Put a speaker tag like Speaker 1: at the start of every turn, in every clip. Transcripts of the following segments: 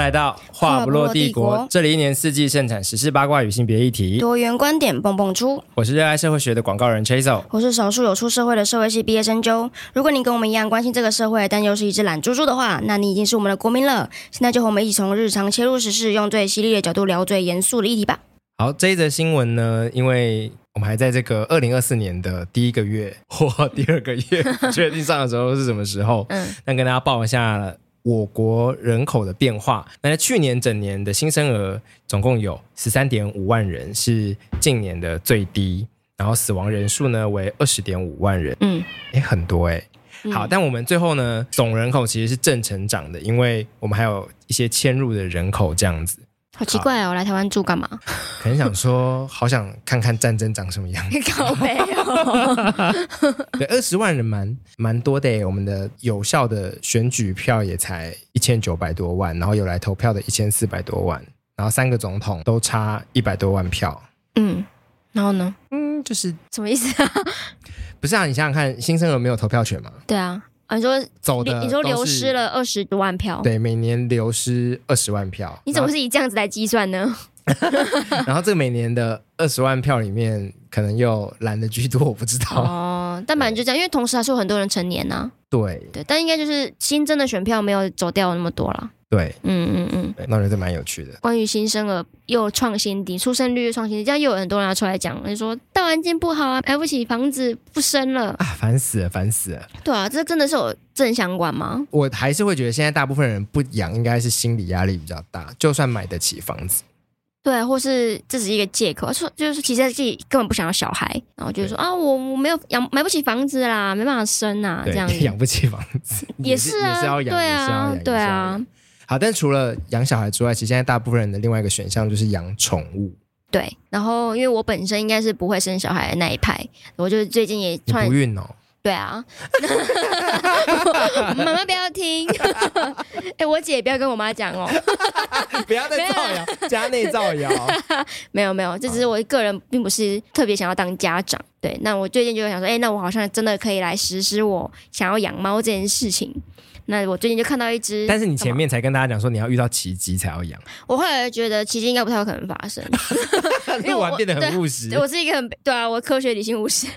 Speaker 1: 来到话不落帝
Speaker 2: 话不落帝
Speaker 1: 国
Speaker 2: 国，
Speaker 1: 这里一年四季盛产时事八卦与性别议题。
Speaker 2: 多元观点蹦蹦出。
Speaker 1: 我是热爱社会学的广告人 Chaseo。
Speaker 2: 我是少数有出社会的社会系毕业生啾。如果你跟我们一样关心这个社会，但又是一只懒猪猪的话，那你已经是我们的国民了。现在就和我们一起从日常切入时事，用最犀利的角度聊最严肃的议题吧。
Speaker 1: 好，这一则新闻呢，因为我们还在这个二零二四年的第一个月或 第二个 月确定上的时候是什么时候，嗯，那跟大家报一下我国人口的变化。那在去年整年的新生儿总共有十三点五万人，是近年的最低，然后死亡人数呢为二十点五万人，
Speaker 2: 嗯，
Speaker 1: 诶，很多诶。
Speaker 2: 嗯
Speaker 1: 好，但我们最后呢，总人口其实是正成长的，因为我们还有一些迁入的人口这样子。
Speaker 2: 好奇怪哦，来台湾住干嘛？
Speaker 1: 可能想说，好想看看战争长什么样。
Speaker 2: 搞没有。
Speaker 1: 对，二十万人蛮蛮多的耶，我们的有效的选举票也才一千九百多万，然后有来投票的一千四百多万，然后三个总统都差一百多万票。
Speaker 2: 嗯，然后呢？
Speaker 1: 嗯，就是
Speaker 2: 什么意思啊？
Speaker 1: 不是啊？你想想看，新生儿没有投票权嘛？
Speaker 2: 对啊，啊你说
Speaker 1: 走的
Speaker 2: 你说
Speaker 1: 都
Speaker 2: 流
Speaker 1: 是
Speaker 2: 失了二十万票，
Speaker 1: 对，每年流失二十万票。
Speaker 2: 你怎么
Speaker 1: 然
Speaker 2: 是以这样子来计算呢？
Speaker 1: 后？然后这每年的二十万票里面，可能又蓝的居多，我不知道。
Speaker 2: 哦，但反正就这样，因为同时还是有很多人成年啊呐、
Speaker 1: 对
Speaker 2: 对，但应该就是新增的选票没有走掉那么多了。
Speaker 1: 对
Speaker 2: 嗯嗯嗯。
Speaker 1: 对，那我觉得蛮有趣的。
Speaker 2: 关于新生儿又创新低，出生率又创新低，这样又有很多人要出来讲，就说大环境不好啊，买不起房子，不生了。
Speaker 1: 啊，烦死了，烦死了！
Speaker 2: 对啊，这真的是有正相关吗？
Speaker 1: 我还是会觉得现在大部分人不养，应该是心理压力比较大。就算买得起房子，
Speaker 2: 对，啊或是这只是一个借口，说就是其实自己根本不想要小孩，然后就说啊，我我没有养买不起房子啦，没办法生啊，这样
Speaker 1: 对，养不起房子
Speaker 2: 也
Speaker 1: 是
Speaker 2: 啊，
Speaker 1: 也是要养，
Speaker 2: 对
Speaker 1: 也是要
Speaker 2: 啊
Speaker 1: 养，，
Speaker 2: 对
Speaker 1: 也是要
Speaker 2: 啊
Speaker 1: 养。，好，但除了养小孩之外，其实现在大部分人的另外一个选项就是养宠物。
Speaker 2: 对。然后因为我本身应该是不会生小孩的那一派，我就最近也
Speaker 1: 你
Speaker 2: 突然
Speaker 1: 不 孕哦？
Speaker 2: 对啊，妈妈不要听。 哎、我姐也不要跟我妈讲哦。
Speaker 1: 不要再造谣，家内造 谣。
Speaker 2: 没有没有，这只是我个人并不是特别想要当家长。对，那我最近就想说，哎、那我好像真的可以来实施我想要养猫这件事情。那我最近就看到一只，
Speaker 1: 但是你前面才跟大家讲说你要遇到奇迹才要养，
Speaker 2: 我后来觉得奇迹应该不太有可能发生。 因为
Speaker 1: 录
Speaker 2: 我
Speaker 1: 完变得很务
Speaker 2: 对
Speaker 1: 实。
Speaker 2: 我是一个很对啊，我科学理性务实。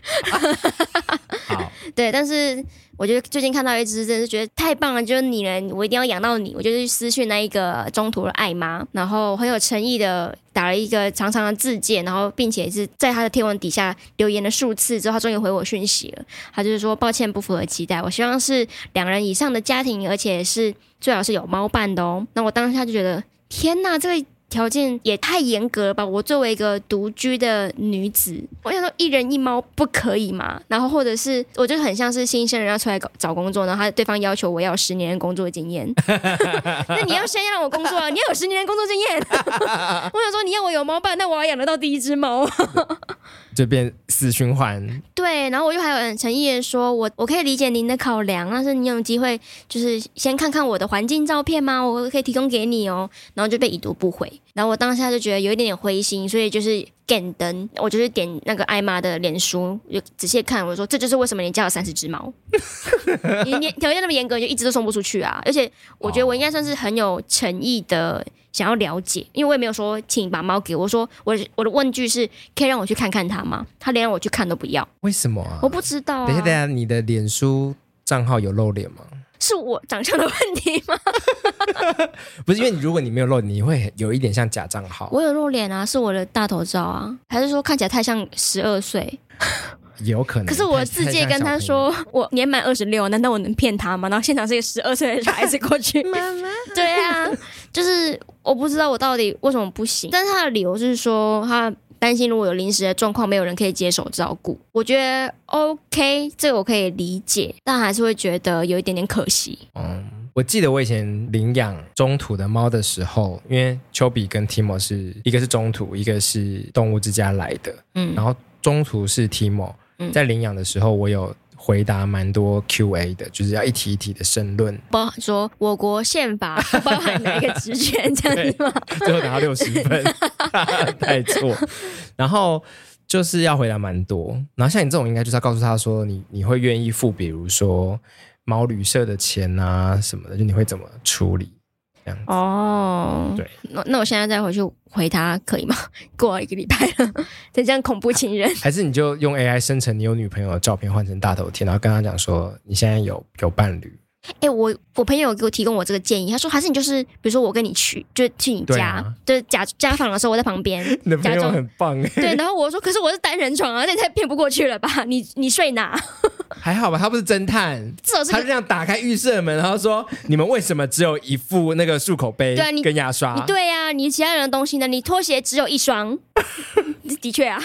Speaker 1: 好，
Speaker 2: 对，但是我就最近看到一只，真的是觉得太棒了，就是你了，我一定要养到你。我就去私讯那一个中途的爱妈，然后很有诚意的打了一个长长的字件，然后并且是在他的贴文底下留言了数次之后，他终于回我讯息了。他就是说抱歉不符合期待，我希望是两人以上的家庭，而且是最好是有猫伴的哦。那我当下就觉得天呐，这个。条件也太严格了吧！我作为一个独居的女子，我想说一人一猫不可以吗？然后或者是我就很像是新鲜人要出来搞找工作，然后他对方要求我要有十年的工作经验， 那你要先让我工作啊，你要有十年的工作经验。 我想说你要我有猫伴，那我要养得到第一只猫。
Speaker 1: 就变死循环。
Speaker 2: 对，然后我就还有很诚意的说，我我可以理解您的考量，但是你有机会就是先看看我的环境照片吗？我可以提供给你哦。然后就被已读不回，然后我当下就觉得有一点点灰心，所以就是点灯，我就是点那个艾玛的脸书，就仔细看，我说这就是为什么你家有三十只猫， 你你条件那么严格，你就一直都送不出去啊。而且我觉得我应该算是很有诚意的。想要了解，因为我也没有说请把猫给我，我说我的我的问句是可以让我去看看它吗？他连让我去看都不要，
Speaker 1: 为什么啊？
Speaker 2: 我不知道、啊。
Speaker 1: 等一下，等一下，你的脸书账号有露脸吗？
Speaker 2: 是我 长相的问题吗？
Speaker 1: 不是，因为你如果你没有露，你会有一点像假账号，
Speaker 2: 我有露脸啊，是我的大头照啊，还是说看起来太像十二岁？
Speaker 1: 也有可能。
Speaker 2: 可是我的
Speaker 1: 太
Speaker 2: 字界跟他，说我年满二十六，难道我能骗他吗？然后现场是一个十二岁的小孩子过去，
Speaker 1: 太像小朋友
Speaker 2: 对啊，就是我不知道我到底为什么不行，但是他的理由是说他。担心如果有临时的状况，没有人可以接手照顾，我觉得 OK，这个我可以理解，但还是会觉得有一点点可惜。
Speaker 1: 嗯，我记得我以前领养中途的猫的时候，因为丘比跟提莫是一个是中途，一个是动物之家来的，
Speaker 2: 嗯
Speaker 1: 然后中途是提莫
Speaker 2: 嗯，
Speaker 1: 在领养的时候我有。回答蛮多 Q&A 的，就是要一题一题的申论，
Speaker 2: 包含说我国 宪法不包含哪一个职权这样子吗？
Speaker 1: 最后拿到六十 分，太错。然后就是要回答蛮多，然后像你这种，应该就是要告诉他说你，你会愿意付，比如说毛旅社的钱啊什么的，就你会怎么处理？这样。
Speaker 2: 哦，
Speaker 1: 对，
Speaker 2: 那那我现在再回去回他可以吗？过了一个礼拜了， 再这样恐怖情人，
Speaker 1: 还是你就用 AI 生成你有女朋友的照片换成大头贴，然后跟他讲说你现在有有伴侣，
Speaker 2: 哎、我我朋友有给我提供我这个建议，他说还是你就是，比如说我跟你去，就去你
Speaker 1: 对
Speaker 2: 家，
Speaker 1: 啊
Speaker 2: 就是家家访的时候我在旁边
Speaker 1: 你的朋
Speaker 2: 假
Speaker 1: 友
Speaker 2: 装
Speaker 1: 很棒哎、
Speaker 2: 对，然后我说可是我是单人床啊，那你太骗不过去了吧？ 你你睡哪？
Speaker 1: 还好吧？他不是侦探，
Speaker 2: 至少是
Speaker 1: 他
Speaker 2: 个
Speaker 1: 就这样打开浴室的门，然后说你们为什么只有一副那个漱口杯
Speaker 2: 对啊你
Speaker 1: 跟牙刷？
Speaker 2: 你对呀、你其他人的东西呢？你拖鞋只有一双， 的确啊，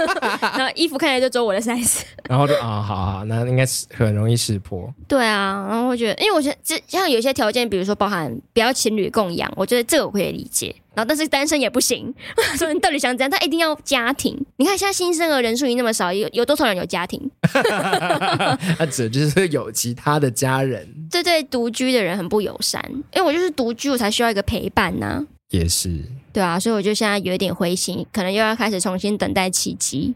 Speaker 2: 然后衣服看起来就只有我的 size。
Speaker 1: 然后就啊、好好，那应该是很容易识破。
Speaker 2: 对啊，然后我觉得，因为我觉得这像有些条件，比如说包含不要情侣共养，我觉得这个我可以理解。然后但是单身也不行， 说你到底想怎样？他一定要家庭。你看现在新生儿人数已经那么少，有有多少人有家庭？
Speaker 1: 他指的就是有其他的家人，
Speaker 2: 这对独居的人很不友善，因为我就是独居，我才需要一个陪伴呐、
Speaker 1: 也是
Speaker 2: 对啊，所以我就现在有一点灰心，可能又要开始重新等待契机。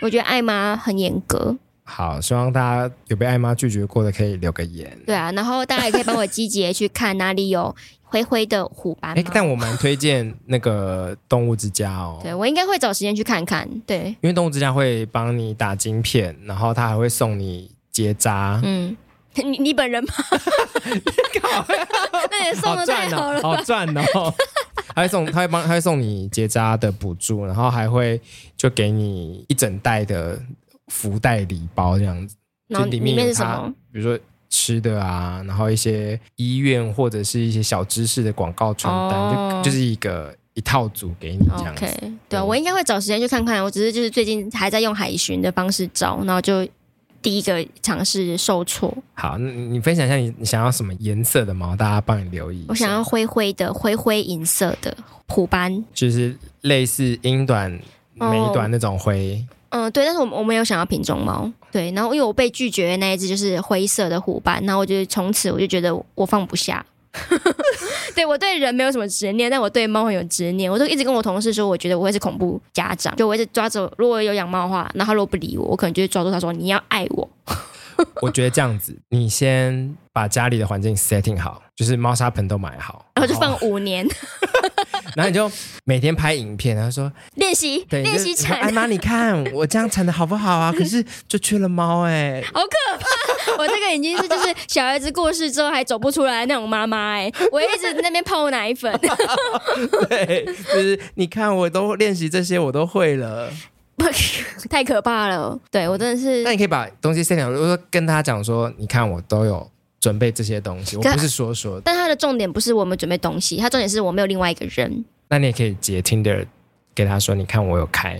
Speaker 2: 我觉得艾妈很严格，
Speaker 1: 好。希望大家有被艾妈拒绝过的可以留个言。
Speaker 2: 对啊，然后大家也可以帮我积极地去看哪里有灰灰的虎斑
Speaker 1: 哎、
Speaker 2: 猫。
Speaker 1: 但我蛮推荐那个动物之家哦，
Speaker 2: 对我应该会找时间去看看。对，
Speaker 1: 因为动物之家会帮你打晶片，然后他还会送你结扎。
Speaker 2: 嗯，你你本人吗？ 那也送
Speaker 1: 好
Speaker 2: 的
Speaker 1: 赚
Speaker 2: 太好
Speaker 1: 哦
Speaker 2: 了，
Speaker 1: 好赚哦！还会送，他会帮，他会送你结扎的补助，然后还会就给你一整袋的福袋礼包这样子，
Speaker 2: 然后
Speaker 1: 就里
Speaker 2: 里面
Speaker 1: 有
Speaker 2: 是什
Speaker 1: 它
Speaker 2: 么？？
Speaker 1: 比如说吃的啊，然后一些医院或者是一些小知识的广告传单，
Speaker 2: 哦
Speaker 1: 就就是一个一套组给你这样子。
Speaker 2: OK，对啊，我应该会找时间去看啊看。我只是就是最近还在用海巡的方式找，然后就第一个尝试受挫。
Speaker 1: 好，那你你分享一下你你想要什么颜色的毛，大家帮你留意一下。
Speaker 2: 我想要灰灰的、灰灰银色的虎斑。
Speaker 1: 就是类似英短、
Speaker 2: 哦
Speaker 1: 美短那种 灰，
Speaker 2: 嗯，对，但是我我没有想要品种猫，对，然后因为我被拒绝的那一只就是灰色的虎斑，然后我就从此我就觉得我放不下， 对我对人没有什么执念，但我对猫很有执念，我都一直跟我同事说，我觉得我会是恐怖家长，就我一直抓着，如果有养猫的话，然后他如果不理我，我可能就会抓住他说你要爱我，
Speaker 1: 我觉得这样子，你先把家里的环境 setting 好，就是猫砂盆都买好，
Speaker 2: 然后就放五年
Speaker 1: 然后你就每天拍影片，然后说，
Speaker 2: 练习
Speaker 1: 对，
Speaker 2: 练习
Speaker 1: 你就你说
Speaker 2: 铲
Speaker 1: 哎，妈，你看我这样铲的好不好啊？可是就缺了猫哎、
Speaker 2: 好可怕！我这个已经是就是小孩子过世之后还走不出来那种妈妈哎、我一直在那边泡奶粉，
Speaker 1: 对，就是你看我都练习这些，我都会了。
Speaker 2: 嗯太可怕了。对我真的是
Speaker 1: 那，你可以把东西 setting 好，如果说跟他讲说，你看我都有准备这些东西，我
Speaker 2: 可
Speaker 1: 不是说说的，
Speaker 2: 但他的重点不是我们准备东西，他重点是我没有另外一个人。
Speaker 1: 那你也可以截 Tinder 给他说，你看我有 开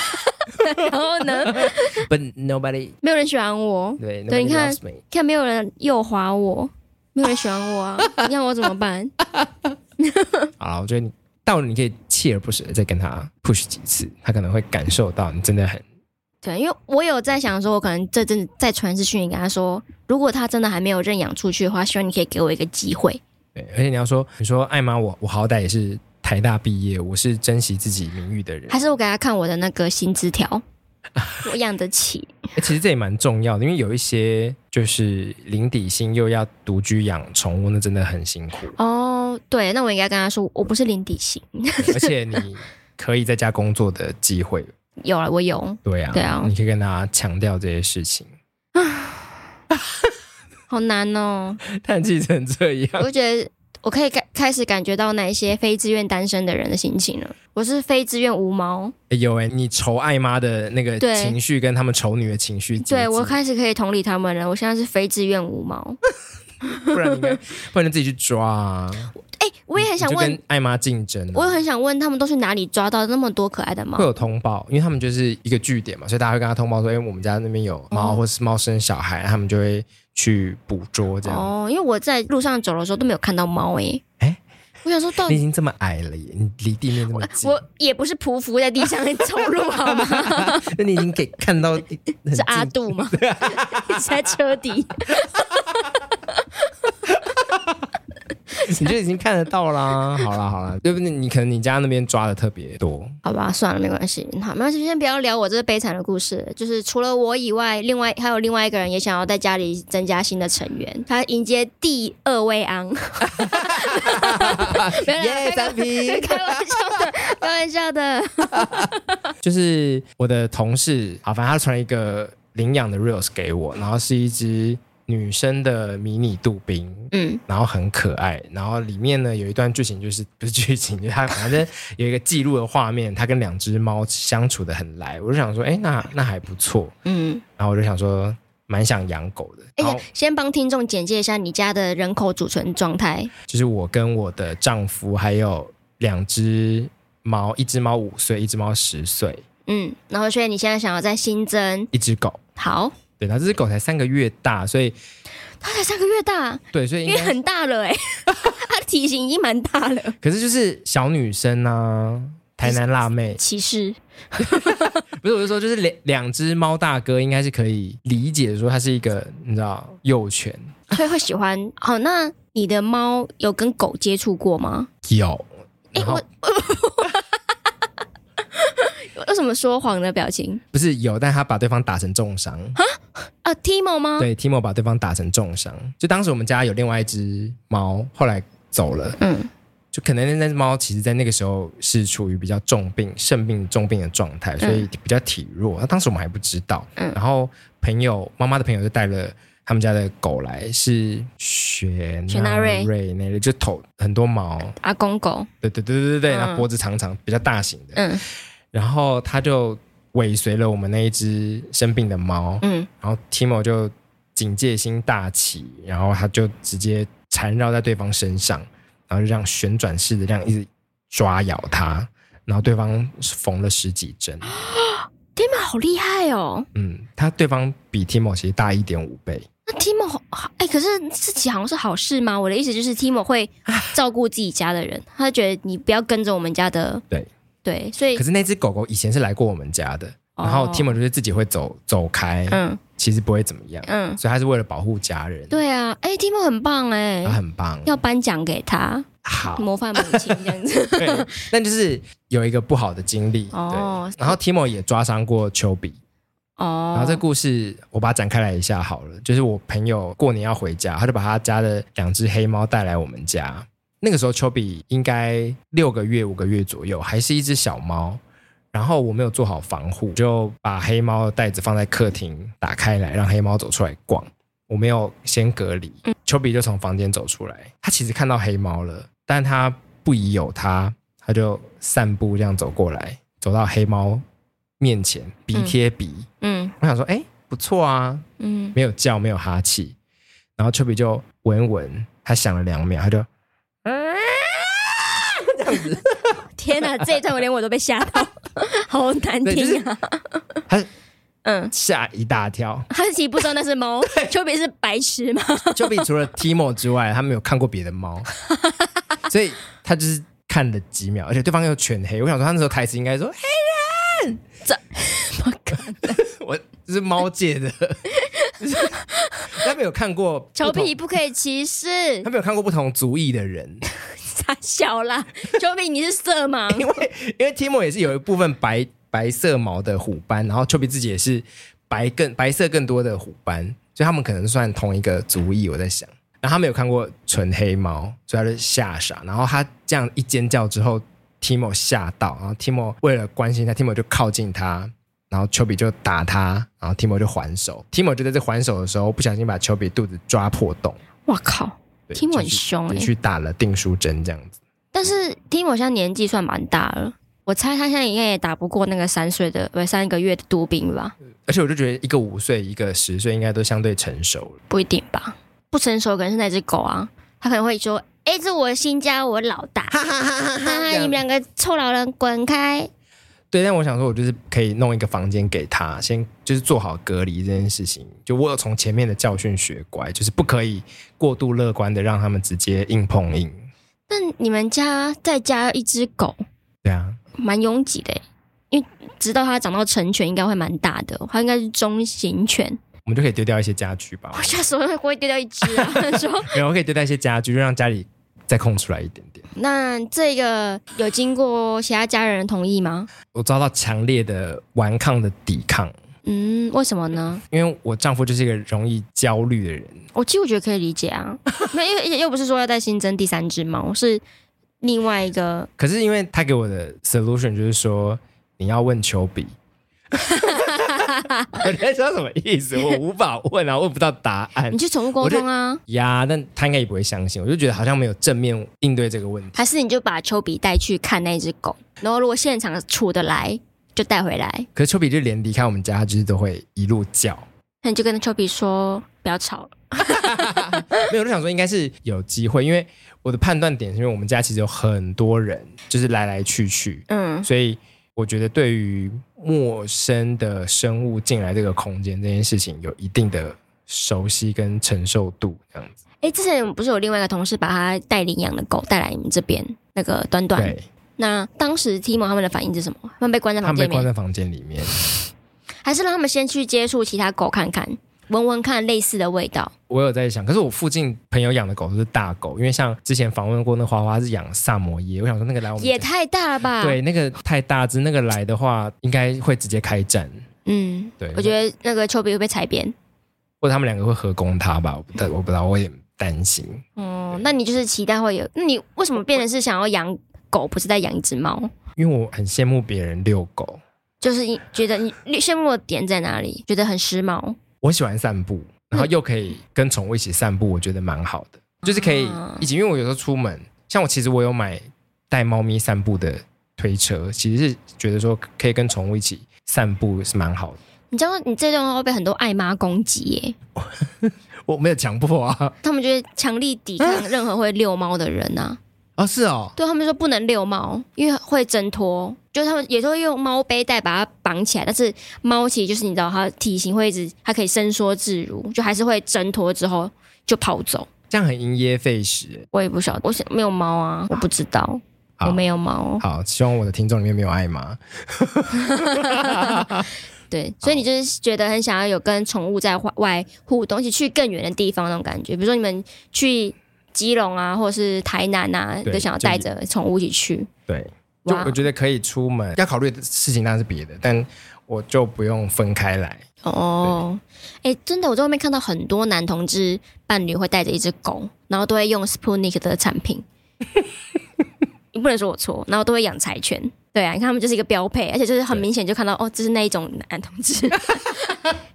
Speaker 2: 然后呢，
Speaker 1: ，But nobody
Speaker 2: 没有人喜欢我，
Speaker 1: 对，
Speaker 2: 对
Speaker 1: nobody
Speaker 2: 你看
Speaker 1: loves me
Speaker 2: 看没有人右滑我，没有人喜欢我啊，你让我怎么 办？
Speaker 1: 好了，我觉得你到了你可以锲而不舍的再跟他 push 几次，他可能会感受到你真的很
Speaker 2: 对，因为我有在想说，我可能这阵子再传次讯息给他说，如果他真的还没有认养出去的话，希望你可以给我一个机会。
Speaker 1: 对，而且你要说你说艾玛，我我好歹也是台大毕业，我是珍惜自己名誉的人，
Speaker 2: 还是我给他看我的那个薪资条，我养得起。
Speaker 1: 欸其实这也蛮重要的，因为有一些就是零底薪又要独居养宠物，那真的很辛苦，
Speaker 2: 哦，对，那我应该跟他说，我不是零底薪，
Speaker 1: 而且你可以在家工作的机会，
Speaker 2: 有了，我有，
Speaker 1: 对啊，
Speaker 2: 对啊
Speaker 1: 你可以跟他强调这些事情，
Speaker 2: 好难哦。
Speaker 1: 叹气成这样，
Speaker 2: 我就觉得我可以开开始感觉到那一些非自愿单身的人的心情了。我是非自愿无毛，
Speaker 1: 欸有哎、你愁艾妈的那个
Speaker 2: 对
Speaker 1: 情绪跟他们丑女的情绪接近，
Speaker 2: 对我开始可以同理他们了。我现在是非自愿无毛，
Speaker 1: 不然你应该，不然你自己去抓啊。
Speaker 2: 哎、我也很想
Speaker 1: 你就
Speaker 2: 问，
Speaker 1: 跟艾妈竞争啊、
Speaker 2: 我也很想问他们都去哪里抓到那么多可爱的猫
Speaker 1: 会？有通报，因为他们就是一个据点嘛，所以大家会跟他通报说，哎、我们家那边有猫，
Speaker 2: 哦
Speaker 1: 或是猫生小孩，他们就会去捕捉这样。
Speaker 2: 哦，因为我在路上走的时候都没有看到猫哎、
Speaker 1: 哎
Speaker 2: 我想说到
Speaker 1: 你已
Speaker 2: 底。
Speaker 1: 经这么矮了耶，你离地面这么近，
Speaker 2: 哦我也不是匍匐在地上走路好吗？
Speaker 1: 那你已经给看到 很
Speaker 2: 是
Speaker 1: 近
Speaker 2: 啊阿杜 吗？ 一直在车底。
Speaker 1: 你就已经看得到 啦。好啦好啦，对不对？你可能你家那边抓的特别多，
Speaker 2: 好吧，算了，没关系。好，没关系，先不要聊我这个悲惨的故事。就是除了我以外，另外还有另外一个人也想要在家里增加新的成员，他迎接第二位昂。 没有啦
Speaker 1: 耶，
Speaker 2: 开
Speaker 1: 三批。
Speaker 2: 开玩笑的，开玩笑的。
Speaker 1: 就是我的同事，好，反正他传了一个领养的 reels 给我，然后是一只女生的迷你杜宾，
Speaker 2: 嗯，
Speaker 1: 然后很可爱。然后里面呢有一段剧情，就是不是剧情，就是他反正有一个记录的画面，他跟两只猫相处的很来。我就想说，哎，那那还不错。
Speaker 2: 嗯，
Speaker 1: 然后我就想说，蛮想养狗的。
Speaker 2: 而
Speaker 1: 然后
Speaker 2: 且哎先帮听众简介一下你家的人口组成状态。
Speaker 1: 就是我跟我的丈夫还有两只猫，一只猫五岁，一只猫十岁，
Speaker 2: 嗯，然后所以你现在想要再新增，
Speaker 1: 一只狗。
Speaker 2: 好，
Speaker 1: 对，那这只狗才三个月大，所以
Speaker 2: 它才三个月大，
Speaker 1: 对，所以
Speaker 2: 因
Speaker 1: 应
Speaker 2: 为
Speaker 1: 该
Speaker 2: 很大了 哎、欸，它体型已经蛮大了。
Speaker 1: 可是就是小女生啊，台南辣妹，
Speaker 2: 歧视，
Speaker 1: 不是我是说，就是两两只猫大哥应该是可以理解说它是一个你知道幼犬
Speaker 2: 所以会喜欢。好，那你的猫有跟狗接触过吗？
Speaker 1: 有，
Speaker 2: 哎、
Speaker 1: 然后
Speaker 2: 我 有什么说谎的表情
Speaker 1: 不是有，但他把对方打成重伤。
Speaker 2: 啊？Timo 吗？
Speaker 1: 对，Timo 把对方打成重伤。就当时我们家有另外一只猫，后来走了，
Speaker 2: 嗯，
Speaker 1: 就可能那只猫其实在那个时候是处于比较重病、肾病、重病的状态，所以比较体弱。那、当时我们还不知道。
Speaker 2: 嗯
Speaker 1: 然后朋友妈妈的朋友就带了。他们家的狗来是雪
Speaker 2: 雪纳瑞
Speaker 1: 瑞那类，就头很多毛，
Speaker 2: 阿公狗，
Speaker 1: 对对对对对对，
Speaker 2: 嗯
Speaker 1: 然后脖子长长，比较大型的。
Speaker 2: 嗯
Speaker 1: 然后它就尾随了我们那一只生病的猫，
Speaker 2: 嗯，
Speaker 1: 然后 Timo 就警戒心大起，然后他就直接缠绕在对方身上，然后就这样旋转式的这样一直抓咬它，然后对方缝了十几针。
Speaker 2: 啊 t i m o 好厉害哦。
Speaker 1: 嗯，他对方比 Timo 其实大一点五倍，
Speaker 2: 那 Timo 好，哎、可是自己好像是好事吗？我的意思就是 Timo 会照顾自己家的人，他觉得你不要跟着我们家的，
Speaker 1: 对
Speaker 2: 对，所以
Speaker 1: 可是那只狗狗以前是来过我们家的，然后
Speaker 2: 哎哦
Speaker 1: Timo 就是自己会走走开，
Speaker 2: 嗯
Speaker 1: 其实不会怎么样，
Speaker 2: 嗯，
Speaker 1: 所以他是为了保护家人，
Speaker 2: 对啊，哎、t i m o 很棒哎、
Speaker 1: 他很棒，
Speaker 2: 要颁奖给他，
Speaker 1: 啊好，
Speaker 2: 模范母亲这样子。
Speaker 1: 对，但就是有一个不好的经历。
Speaker 2: 哦
Speaker 1: 对，然后 Timo 也抓伤过丘比。
Speaker 2: 哦，
Speaker 1: 然后这故事我把它展开来一下好了，就是我朋友过年要回家，他就把他家的两只黑猫带来我们家。那个时候丘比应该六个月、五个月左右，还是一只小猫。然后我没有做好防护，就把黑猫的袋子放在客厅打开来，让黑猫走出来逛。我没有先隔离，丘比就从房间走出来。他其实看到黑猫了，但他不疑有他，他就散步这样走过来，走到黑猫面前，鼻贴鼻。
Speaker 2: 嗯
Speaker 1: 我想说，哎、不错啊，
Speaker 2: 嗯，
Speaker 1: 没有叫，没有哈气。然后丘比就闻一闻，他想了两秒，他就
Speaker 2: 天哪， 这一段我连我都被吓到， 好难
Speaker 1: 对就是
Speaker 2: 听啊！
Speaker 1: 他
Speaker 2: 嗯，。
Speaker 1: 吓一大跳
Speaker 2: 他自己不知道那 是猫，丘比是白痴吗？
Speaker 1: 丘比除了 Timo 之外，他没有看过别的猫， 所以他就是看了几秒，而且对方又全黑。我想说，他那时候台词应该说：“黑人，
Speaker 2: 这
Speaker 1: 我这是猫界 的。”他没有看过不
Speaker 2: 丘
Speaker 1: 同
Speaker 2: 比，不可以歧视
Speaker 1: 他，没有看过不同族裔的人，
Speaker 2: 傻 小啦！丘比你是色盲，
Speaker 1: 因为因为 Timo 也是有一部分白白色毛的虎斑，然后丘比自己也是白更白色更多的虎斑，所以他们可能算同一个族裔。我在想，然后他没有看过纯黑猫，所以他就吓傻。然后他这样一尖叫之后，Timo 吓到，然后 Timo 为了关心他，Timo 就靠近他。然后丘比就打他，然后 Timo 就还手。Timo 就在这还手的时候，不小心把丘比肚子抓破洞。
Speaker 2: 我靠！
Speaker 1: 对
Speaker 2: Timo
Speaker 1: 就
Speaker 2: 很
Speaker 1: 去
Speaker 2: 凶
Speaker 1: 也
Speaker 2: 欸
Speaker 1: 去打了订书针这样子。
Speaker 2: 但是 Timo 现在年纪算蛮大了，我猜他现在应该也打不过那个三岁的，不是三个月的杜宾吧？
Speaker 1: 而且我就觉得一个五岁，一个十岁，应该都相对成熟了。
Speaker 2: 不一定吧？不成熟可能是那只狗啊，他可能会说：“哎、这我新家，我老大，哈哈哈哈，你们两个臭老人滚开
Speaker 1: 对，但我想说，我就是可以弄一个房间给他，先就是做好隔离这件事情。就我有从前面的教训学乖，就是不可以过度乐观的让他们直接硬碰硬。！”
Speaker 2: 但你们家再加一只狗，
Speaker 1: 对啊，
Speaker 2: 蛮拥挤的欸，因为直到它长到成犬，应该会蛮大的哦，它应该是中型犬。
Speaker 1: 我们就可以丢掉一些家具吧
Speaker 2: 我。下手会不会丢掉一只啊？说
Speaker 1: 然后可以丢掉一些家具，就让家里再空出来一点点。
Speaker 2: 那这个有经过其他家人的同意吗？
Speaker 1: 我遭到强烈的顽抗的抵抗，
Speaker 2: 嗯，为什么呢？
Speaker 1: 因为我丈夫就是一个容易焦虑的人。
Speaker 2: 我其实我觉得可以理解啊， 没有，因为又又不是说要再新增第三只猫，是另外一个
Speaker 1: 可是因为他给我的 solution 就是说，你要问丘比。我在说什么意思？我无法问啊，问不到答案
Speaker 2: 你去宠物沟通啊，
Speaker 1: 呀。但他应该也不会相信，我就觉得好像没有正面应对这个问题。
Speaker 2: 还是你就把丘比带去看那只狗，然后如果现场处得来就带回来，
Speaker 1: 可是丘比就连离开我们家，他就是都会一路叫。
Speaker 2: 那你就跟丘比说不要吵了，
Speaker 1: 没有，我就想说应该是有机会，因为我的判断点是因为我们家其实有很多人，就是来来去去，
Speaker 2: 嗯，
Speaker 1: 所以我觉得对于陌生的生物进来这个空间这件事情，有一定的熟悉跟承受度，这样子。
Speaker 2: 哎，之前我们不是有另外一个同事把他带领养的狗带来你们这边那个短短，
Speaker 1: 对，
Speaker 2: 那当时 Timo 他们的反应是什么？他们被关在
Speaker 1: 他
Speaker 2: 房
Speaker 1: 们被
Speaker 2: 间里
Speaker 1: 关
Speaker 2: 面，
Speaker 1: 在房间里面。
Speaker 2: 还是让他们先去接触其他狗看看，闻闻看类似的味道？
Speaker 1: 我有在想，可是我附近朋友养的狗都是大狗，因为像之前访问过那花花是养萨摩耶，我想说那个哦来我们
Speaker 2: 也
Speaker 1: 家
Speaker 2: 太大了吧？
Speaker 1: 对，那个太大只，那个来的话应该会直接开战。
Speaker 2: 嗯，
Speaker 1: 对，
Speaker 2: 我觉得那个丘比会被踩扁。
Speaker 1: 或者他们两个会合攻他吧，我不太我不知道，我有点担心。
Speaker 2: 哦、那你就是期待会有？那你为什么变成是想要养狗，不是在养一只猫？
Speaker 1: 因为我很羡慕别人遛狗，
Speaker 2: 就是你觉得你你羡慕的点在哪里？觉得很时髦，
Speaker 1: 我喜欢散步，然后又可以跟宠物一起散步，我觉得蛮好的，就是可以
Speaker 2: 啊
Speaker 1: 一起。因为我有时候出门，像我其实我有买带猫咪散步的推车，其实是觉得说可以跟宠物一起散步是蛮好的。
Speaker 2: 你知道你这段话会被很多爱妈攻击耶，
Speaker 1: 我没有强迫啊，
Speaker 2: 他们就会强力抵抗任何会遛猫的人 啊。
Speaker 1: 啊是 哦，
Speaker 2: 对他们说不能遛猫，因为会挣脱。就是他们也都会用猫背带把它绑起来，但是猫其实就是你知道，它体型会一直，它可以伸缩自如，就还是会挣脱之后就跑走。
Speaker 1: 这样很因噎废食。
Speaker 2: 我也不晓得，我想没有猫啊，我不知道，
Speaker 1: 好
Speaker 2: 我没有猫。
Speaker 1: 好，希望我的听众里面没有爱妈。
Speaker 2: 对，所以你就是觉得很想要有跟宠物在外互动，一起去更远的地方那种感觉，比如说你们去基隆啊，或者是台南啊，
Speaker 1: 对
Speaker 2: 都想要带着宠物一起去。
Speaker 1: 对，就
Speaker 2: 哇
Speaker 1: 我觉得可以出门，要考虑的事情当然是别的，但我就不用分开 来。
Speaker 2: 哦，哎，真的，我在外面看到很多男同志伴侣会带着一只狗，然后都会用 Sputnik 的产 品。你不能说我错，然后都会养柴犬。对啊，你看他们就是一个标配，而且就是很
Speaker 1: 对
Speaker 2: 明显就看到哦，这是那一种男同 志，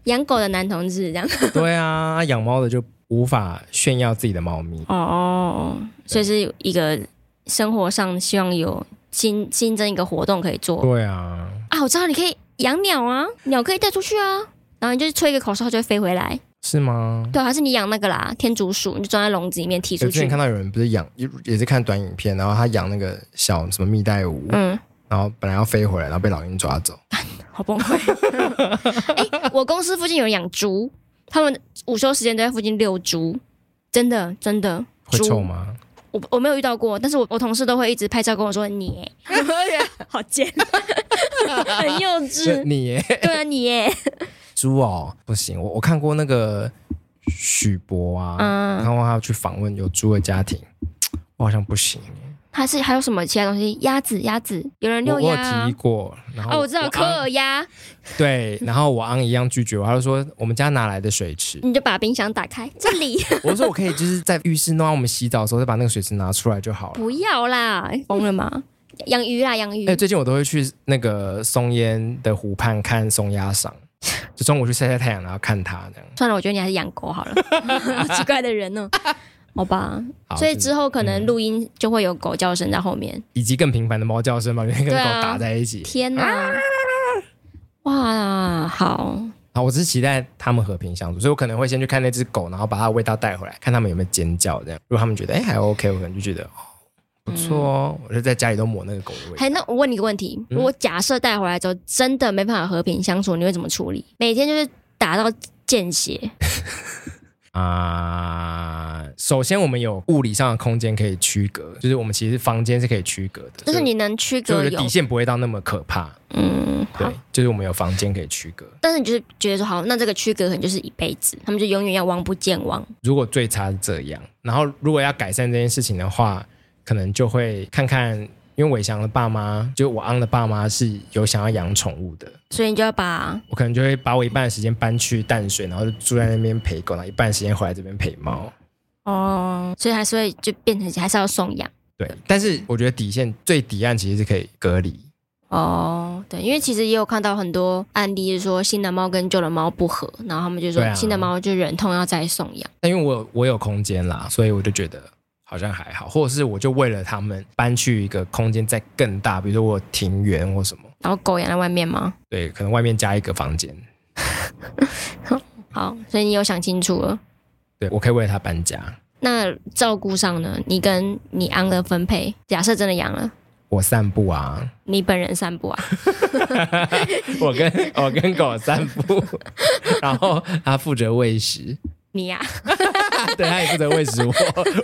Speaker 2: 养狗的男同志这样。
Speaker 1: 对啊，养猫的就无法炫耀自己的猫咪。
Speaker 2: 哦，所以是一个生活上希望有新新增一个活动可以做
Speaker 1: 对啊，
Speaker 2: 啊。我知道你可以养鸟啊，鸟可以带出去啊，然后你就是吹一个口哨，它就会飞回来。
Speaker 1: 是吗？
Speaker 2: 对啊、还是你养那个啦，天竺鼠，你就装在笼子里面踢
Speaker 1: 我
Speaker 2: 出
Speaker 1: 之前
Speaker 2: 去
Speaker 1: 哎看。到有人不是养，也也是看短影片，然后他养那个小什么蜜袋鼯，
Speaker 2: 嗯，
Speaker 1: 然后本来要飞回来，然后被老鹰抓走。
Speaker 2: 好崩溃。 哎、我公司附近有人养猪，他们午休时间都在附近遛猪，真的真的。
Speaker 1: 会臭
Speaker 2: 猪，
Speaker 1: 吗？
Speaker 2: 我我没有遇到过，但是我我同事都会一直拍照跟我说你，我觉得 好贱， 很幼稚
Speaker 1: 是。你耶
Speaker 2: 对啊，你耶，
Speaker 1: 猪哦，不行，我我看过那个许博 啊，
Speaker 2: 嗯
Speaker 1: 然后他去访问有猪的家庭，我好像不行。
Speaker 2: 还是还有什么其他东西？鸭子，鸭子，有人
Speaker 1: 我
Speaker 2: 遛
Speaker 1: 我有
Speaker 2: 鸭啊
Speaker 1: 提啊过，然后
Speaker 2: 哦，我知道科
Speaker 1: 昂
Speaker 2: 尔鸭，
Speaker 1: 对，然后我昂一样拒绝我，他就说我们家哪来的水池？
Speaker 2: 你就把冰箱打开，这里
Speaker 1: 我说我可以就是在浴室弄完我们洗澡的时候再把那个水池拿出来就好了。
Speaker 2: 不要啦，疯了吗？养鱼啦，养鱼
Speaker 1: 哎、，最近我都会去那个松烟的湖畔看松鸭赏，就中午去晒晒太阳，然后看它这样。
Speaker 2: 算了，我觉得你还是养狗好了，好奇怪的人呢，好吧，
Speaker 1: 好嗯
Speaker 2: 所以
Speaker 1: 就是
Speaker 2: 之后可能录音就会有狗叫声在后面，
Speaker 1: 以及更频繁的猫叫声嘛，因为跟
Speaker 2: 对
Speaker 1: 狗
Speaker 2: 啊
Speaker 1: 打在一起。
Speaker 2: 天哪，哇，好，
Speaker 1: 好，我只是期待它们和平相处，所以我可能会先去看那只狗，然后把它的味道带回来，看它们有没有尖叫这样。如果它们觉得哎、还 OK，我可能就觉得哦不
Speaker 2: 嗯
Speaker 1: 错哦，我就在家里都抹那个狗的味道。
Speaker 2: 还那我问你个问题：如果假设带回来之后真的没办法和平相处，你会怎么处理？每天就是打到见血，
Speaker 1: 啊、首先我们有物理上的空间可以区隔，就是我们其实房间是可以区隔的，
Speaker 2: 就是
Speaker 1: 所以
Speaker 2: 你能
Speaker 1: 所以
Speaker 2: 区隔
Speaker 1: 我的
Speaker 2: 有
Speaker 1: 底，线不会到那么可怕。
Speaker 2: 嗯，
Speaker 1: 对
Speaker 2: 好。，
Speaker 1: 就是我们有房间可以区隔。
Speaker 2: 但是你就是觉得说，好，那这个区隔可能就是一辈子，他们就永远要王不见王。
Speaker 1: 如果最差是这样，然后如果要改善这件事情的话，可能就会看看，因为伟翔的爸妈，就我昂的爸妈是有想要养宠物的，
Speaker 2: 所以你就要把
Speaker 1: 我可能就会把我一半的时间搬去淡水，然后就住在那边陪狗，然后一半的时间回来这边陪猫。
Speaker 2: 哦，所以还是会就变成还是要送养
Speaker 1: 对，但是我觉得底线最底岸其实是可以隔离，
Speaker 2: 哦。对，因为其实也有看到很多案例，就是说新的猫跟旧的猫不合，然后他们就说
Speaker 1: 对啊
Speaker 2: 新的猫就忍痛要再送养。
Speaker 1: 但因为我有我有空间啦，所以我就觉得好像还好，或者是我就为了他们搬去一个空间再更大，比如说我有庭园或什么，
Speaker 2: 然后狗养在外面吗？
Speaker 1: 对，可能外面加一个房间，
Speaker 2: 好，所以你有想清 楚了。
Speaker 1: 对我可以为了它搬家。
Speaker 2: 那照顾上呢？你跟你昂的分配，假设真的养了，
Speaker 1: 我散步啊，
Speaker 2: 你本人散步啊？
Speaker 1: 我跟我跟狗散步， 然后它负责喂食，
Speaker 2: 你呀、
Speaker 1: 对，它也负责喂食我，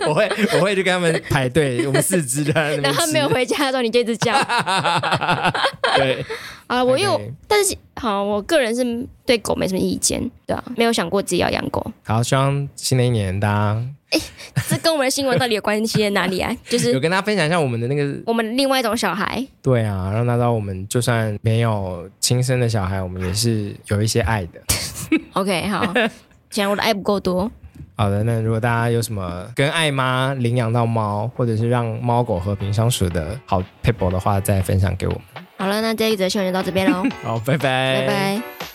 Speaker 1: 我会我会去跟他们排队，我们四只的，
Speaker 2: 然后他没有回家的时候，你就一直叫
Speaker 1: 对，
Speaker 2: 啊。 我有
Speaker 1: OK
Speaker 2: 但是好，我个人是对狗没什么意见，对啊，没有想过自己要养 狗。
Speaker 1: 好，希望新的一年大家
Speaker 2: 这跟我们的新闻到底有关系在哪里啊？
Speaker 1: 有
Speaker 2: 就是
Speaker 1: 跟大家分享一下我们的那个
Speaker 2: 我们另外一种小孩，
Speaker 1: 对啊，让大家知道我们就算没有亲生的小孩，我们也是有一些爱的。
Speaker 2: OK，好，显然我的爱不够多。
Speaker 1: 好的，那如果大家有什么跟爱妈领养到猫，或者是让猫狗和平相处的好 people 的话，再分享给我们。
Speaker 2: 好了，那这一则新闻就到这边喽，
Speaker 1: 好，拜拜，
Speaker 2: 拜拜。